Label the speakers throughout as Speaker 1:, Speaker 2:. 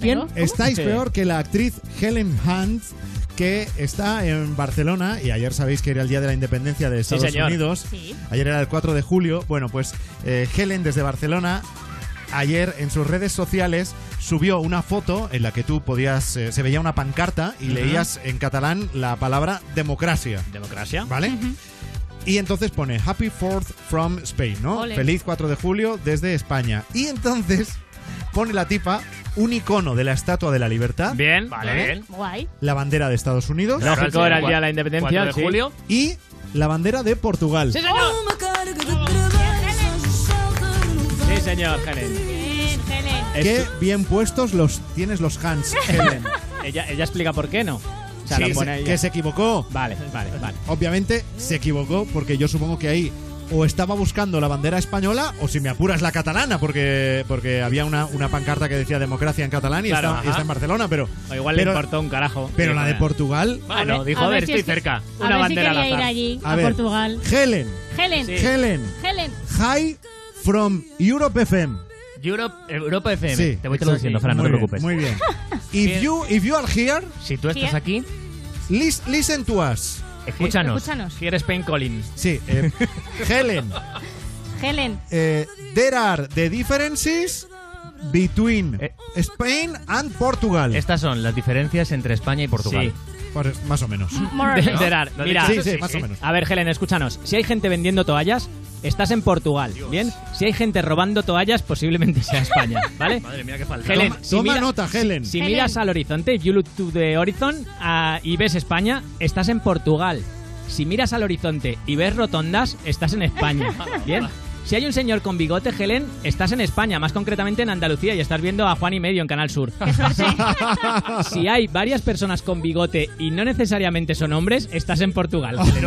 Speaker 1: ¿Quién?
Speaker 2: ¿Cómo?
Speaker 3: Estáis
Speaker 1: Sí.
Speaker 3: peor que la actriz Helen Hunt, que está en Barcelona, y ayer sabéis que era el Día de la Independencia de Estados
Speaker 1: señor.
Speaker 3: Unidos.
Speaker 2: Sí.
Speaker 3: Ayer era el 4 de julio. Bueno, pues eh, Helen desde Barcelona, ayer en sus redes sociales subió una foto en la que tú podías, eh, se veía una pancarta y
Speaker 1: Ujú.
Speaker 3: leías en catalán la palabra democracia.
Speaker 1: Democracia.
Speaker 3: ¿Vale? Y entonces pone Happy 4th from Spain, ¿no?
Speaker 2: Ole.
Speaker 3: Feliz 4 de julio desde España. Y entonces pone la tipa un icono de la Estatua de la Libertad,
Speaker 1: Bien,
Speaker 4: Vale,
Speaker 1: vale.
Speaker 4: bien.
Speaker 2: Guay.
Speaker 3: la bandera de Estados Unidos
Speaker 1: Lógico,
Speaker 4: Claro, sí,
Speaker 1: era el día de la
Speaker 4: cua-
Speaker 1: independencia,
Speaker 4: 4 de
Speaker 1: sí.
Speaker 4: julio.
Speaker 3: y la bandera de Portugal.
Speaker 1: ¡Sí, señor! Sí, señor, Helen.
Speaker 2: Bien, Helen.
Speaker 3: Qué
Speaker 1: Es-
Speaker 3: bien puestos los tienes los hands, Helen.
Speaker 1: ella, ella explica por qué no. O sea,
Speaker 3: Sí,
Speaker 1: lo pone
Speaker 3: se-
Speaker 1: ahí.
Speaker 3: que se equivocó.
Speaker 1: Vale, vale, vale.
Speaker 3: Obviamente se equivocó porque yo supongo que ahí o estaba buscando la bandera española o si me apuras la catalana porque porque había una, una pancarta que decía democracia en catalán y,
Speaker 1: Claro,
Speaker 3: está, y
Speaker 1: ajá.
Speaker 3: está en Barcelona, pero
Speaker 1: O igual
Speaker 3: pero-
Speaker 1: le importó un carajo.
Speaker 3: Pero
Speaker 1: Sí,
Speaker 3: la de
Speaker 1: bueno.
Speaker 3: Portugal,
Speaker 4: Bueno,
Speaker 2: ver-
Speaker 4: dijo,
Speaker 2: a
Speaker 4: a ver,
Speaker 2: ver si
Speaker 4: estoy
Speaker 2: es que-
Speaker 4: cerca.
Speaker 2: A
Speaker 1: Una
Speaker 2: ver si
Speaker 1: bandera al
Speaker 2: quería
Speaker 1: azar.
Speaker 2: ir allí,
Speaker 3: A
Speaker 2: a,
Speaker 3: ver.
Speaker 2: Portugal.
Speaker 3: Helen,
Speaker 2: Helen.
Speaker 1: Sí.
Speaker 3: Helen,
Speaker 2: Helen.
Speaker 3: hi from Europe FM.
Speaker 4: Europe, Europa FM.
Speaker 3: Sí,
Speaker 4: te voy
Speaker 3: exacto.
Speaker 4: traduciendo, Fran, no
Speaker 3: Muy
Speaker 4: te
Speaker 3: bien,
Speaker 4: preocupes.
Speaker 3: Muy bien. If you if you are here,
Speaker 4: Si tú estás
Speaker 2: Sí.
Speaker 4: aquí,
Speaker 3: lis- listen to us.
Speaker 4: escúchanos.
Speaker 2: Escúchanos.
Speaker 4: Si eres Pain Collins.
Speaker 3: Sí, eh, Helen,
Speaker 2: Helen.
Speaker 3: eh, there are the differences between
Speaker 4: Eh.
Speaker 3: Spain and Portugal.
Speaker 4: Estas son las diferencias entre España y Portugal.
Speaker 1: Sí.
Speaker 3: Pues, más o menos.
Speaker 2: More or
Speaker 1: De-
Speaker 2: less.
Speaker 1: de Gerard,
Speaker 4: ¿Lo has
Speaker 1: mira. eh,
Speaker 4: dicho?
Speaker 3: Sí, sí, más o menos.
Speaker 1: A ver, Helen, escúchanos. Si hay gente vendiendo toallas, estás en Portugal, ¿bien? Si hay gente robando toallas, posiblemente sea España, ¿vale?
Speaker 4: Madre mía, qué falta.
Speaker 1: Helen,
Speaker 3: Toma,
Speaker 1: si
Speaker 3: toma
Speaker 1: mira-
Speaker 3: nota, Helen.
Speaker 1: Si
Speaker 2: Helen.
Speaker 1: miras al horizonte, you look to the horizon, ah, y ves España, estás en Portugal. Si miras al horizonte y ves rotondas, estás en España. ¿Bien? Si hay un señor con bigote, Helen, estás en España, más concretamente en Andalucía, y estás viendo a Juan y Medio en Canal Sur. Si hay varias personas con bigote y no necesariamente son hombres, estás en Portugal. Helen.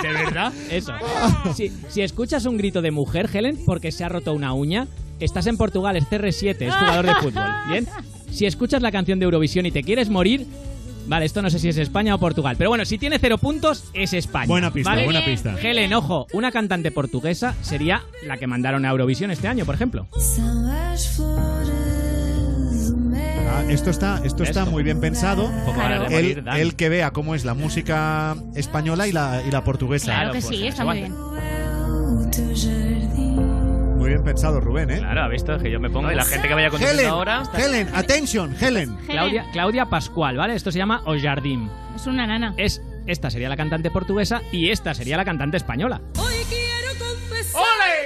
Speaker 4: ¿De verdad?
Speaker 1: Eso. Si, si escuchas un grito de mujer, Helen, porque se ha roto una uña, estás en Portugal, es CR7, es jugador de fútbol. ¿Bien? Si escuchas la canción de Eurovisión y te quieres morir, vale, esto no sé si es España o Portugal, pero bueno, si tiene cero puntos, es España.
Speaker 3: Buena pista,
Speaker 1: ¿vale?
Speaker 3: buena
Speaker 2: Bien.
Speaker 3: pista.
Speaker 1: Helen, ojo, una cantante portuguesa sería la que mandaron a Eurovisión este año, por ejemplo.
Speaker 5: São as flores do mel.
Speaker 3: Ah, esto está, esto está
Speaker 1: Esto.
Speaker 3: muy bien pensado.
Speaker 4: poco
Speaker 2: Claro.
Speaker 4: para de morir,
Speaker 3: El,
Speaker 4: Dan.
Speaker 3: el que vea cómo es la música española y la, y la portuguesa.
Speaker 2: Claro que
Speaker 4: pues,
Speaker 2: sí,
Speaker 4: eh,
Speaker 2: está muy bien.
Speaker 4: chaval.
Speaker 5: O teu jardim.
Speaker 3: Muy bien pensado, Rubén, ¿eh?
Speaker 4: Claro, ha visto que yo me pongo. Y
Speaker 1: Pues
Speaker 4: la gente que vaya contigo
Speaker 3: Helen,
Speaker 4: ahora.
Speaker 3: Helen, attention, Helen.
Speaker 1: Claudia, Claudia Pascual, ¿vale? Esto se llama O Jardim.
Speaker 2: Es una nana.
Speaker 1: Es, esta sería la cantante portuguesa y esta sería la cantante española.
Speaker 5: Hoy quiero confesar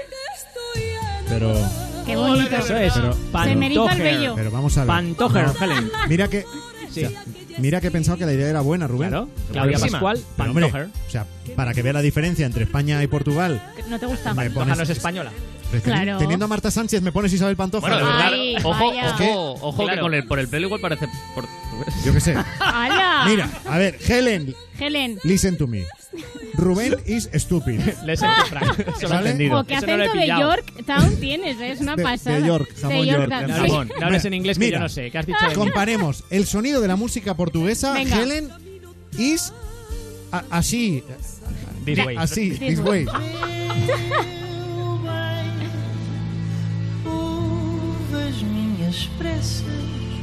Speaker 5: que estoy enamorada.
Speaker 3: Pero,
Speaker 2: Qué bonito.
Speaker 1: Eso es.
Speaker 3: Pero-
Speaker 2: Se me eriza el
Speaker 1: Pantoger.
Speaker 2: vello.
Speaker 3: pero vamos a ver.
Speaker 1: Pantoger,
Speaker 3: No,
Speaker 1: Helen.
Speaker 3: Mira que,
Speaker 1: Sí.
Speaker 3: o sea, mira que he pensado que la idea era buena, Rubén.
Speaker 1: Claro, Claudia
Speaker 3: Buenísima.
Speaker 1: Pascual,
Speaker 3: Pero, hombre,
Speaker 1: Pantoger.
Speaker 3: o sea, para que vea la diferencia entre España y Portugal.
Speaker 2: No te gusta.
Speaker 3: me
Speaker 1: Pantoja
Speaker 3: pones-
Speaker 1: no es española.
Speaker 3: Teni-
Speaker 2: Claro.
Speaker 3: Teniendo a Marta Sánchez, me pones Isabel Pantoja.
Speaker 4: Bueno, de verdad.
Speaker 2: Ay,
Speaker 4: ojo,
Speaker 2: vaya.
Speaker 4: ojo, ojo,
Speaker 1: Claro.
Speaker 4: que con el, por el pelo igual parece portugués.
Speaker 3: Yo qué sé.
Speaker 2: ¡Hala!
Speaker 3: Mira, a ver, Helen,
Speaker 2: Helen.
Speaker 3: listen to me. Rubén is stupid.
Speaker 1: Le he sentido, Frank. Eso lo he
Speaker 3: ¿Vale?
Speaker 1: entendido.
Speaker 2: O qué
Speaker 1: Eso no lo he
Speaker 2: acento de
Speaker 1: pillado.
Speaker 2: Yorktown tienes, ¿eh? es una
Speaker 3: De- de
Speaker 2: pasada.
Speaker 3: York, jamón York,
Speaker 2: Yorktown,
Speaker 1: No
Speaker 2: sí.
Speaker 3: jamón.
Speaker 1: hables- no hables en inglés que
Speaker 3: Mira.
Speaker 1: yo no sé. ¿Qué has dicho de mí?
Speaker 3: Comparemos el sonido de la música portuguesa.
Speaker 2: Venga.
Speaker 3: Helen is a- así,
Speaker 1: This way.
Speaker 3: así,
Speaker 2: Sí.
Speaker 3: this way.
Speaker 6: Ouve as minhas preces.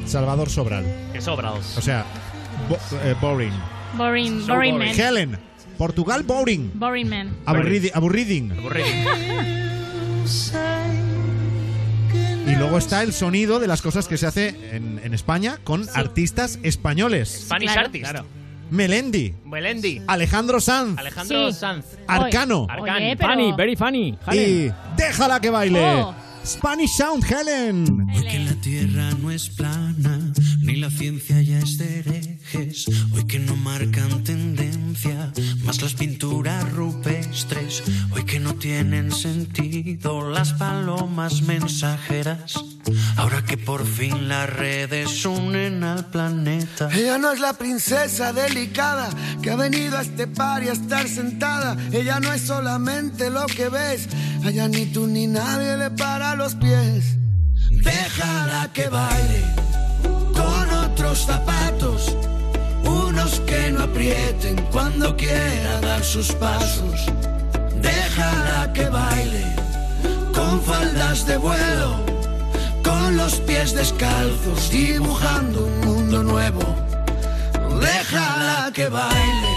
Speaker 3: Salvador Sobral.
Speaker 4: Que sobraos.
Speaker 3: O sea, bo- eh, boring.
Speaker 2: Boring, boring, man.
Speaker 3: Helen, Portugal boring.
Speaker 2: Boring man.
Speaker 3: Aburridi- aburriding.
Speaker 4: Aburrido.
Speaker 6: Eu sei
Speaker 3: Y luego está el sonido de las cosas que se hace en, en España con artistas españoles.
Speaker 4: Spanish
Speaker 2: Claro.
Speaker 4: Artist.
Speaker 1: Claro.
Speaker 3: Melendi,
Speaker 4: Melendi.
Speaker 3: Alejandro Sanz,
Speaker 4: Alejandro
Speaker 2: Sí.
Speaker 4: Sanz.
Speaker 3: Arcano
Speaker 4: Ar-
Speaker 2: Oye,
Speaker 4: Arcán.
Speaker 2: pero...
Speaker 1: Funny, very funny. Helen.
Speaker 3: y Déjala que baile.
Speaker 2: Oh.
Speaker 3: Spanish Sound Helen.
Speaker 6: Hoy que la tierra no es plana, ni la ciencia ya es de herejes. Hoy que no marcan tendencia, más las pinturas rupestres. Hoy que no tienen sentido las palomas mensajeras. Ahora que por fin las redes unen al planeta.
Speaker 7: Ella no es la princesa delicada que ha venido a este par y a estar sentada. Ella no es solamente lo que ves. Allá ni tú ni nadie le para los pies. Déjala que baile con otros zapatos, unos que no aprieten cuando quiera dar sus pasos. Déjala que baile con faldas de vuelo con los pies descalzos, dibujando un mundo nuevo. Déjala que baile.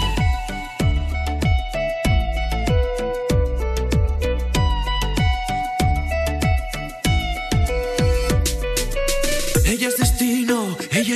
Speaker 6: Ella es destino, ella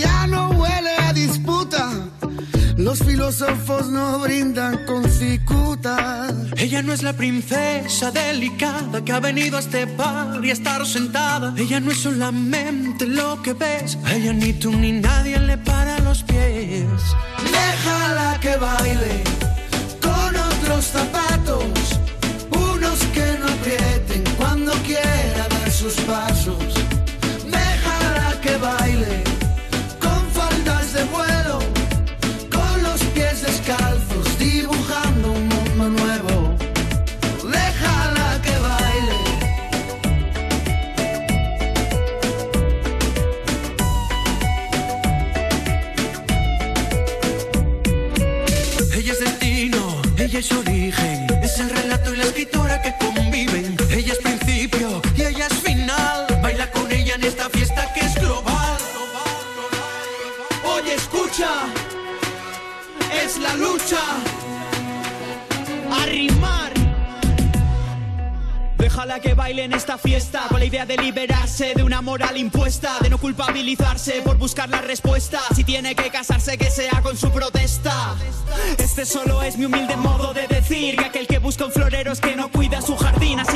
Speaker 7: ya no huele a disputa. Los filósofos no brindan con cicuta.
Speaker 6: Ella no es la princesa delicada que ha venido a este par y a estar sentada. Ella no es solamente lo que ves. A ella ni tú ni nadie le para los pies.
Speaker 7: Déjala que baile con otros zapatos, unos que no aprieten cuando quiera dar sus pasos. Déjala que baile con faldas de vuelo, con los pies descalzos dibujando un mundo nuevo. Déjala que baile.
Speaker 6: Ella es destino, ella es origen. Es el relato y la escritora que conviven. Ella es principio y ella es final. Baila con ella en esta fiesta que es global.
Speaker 7: Oye, escucha, es la lucha. Arrimar.
Speaker 8: Déjala que baile en esta fiesta con la idea de liberarse de una moral impuesta, de no culpabilizarse por buscar la respuesta. Si tiene que casarse, que sea con su protesta. Este solo es mi humilde modo de decir que aquel que busca un florero es que no cuida su jardín. Así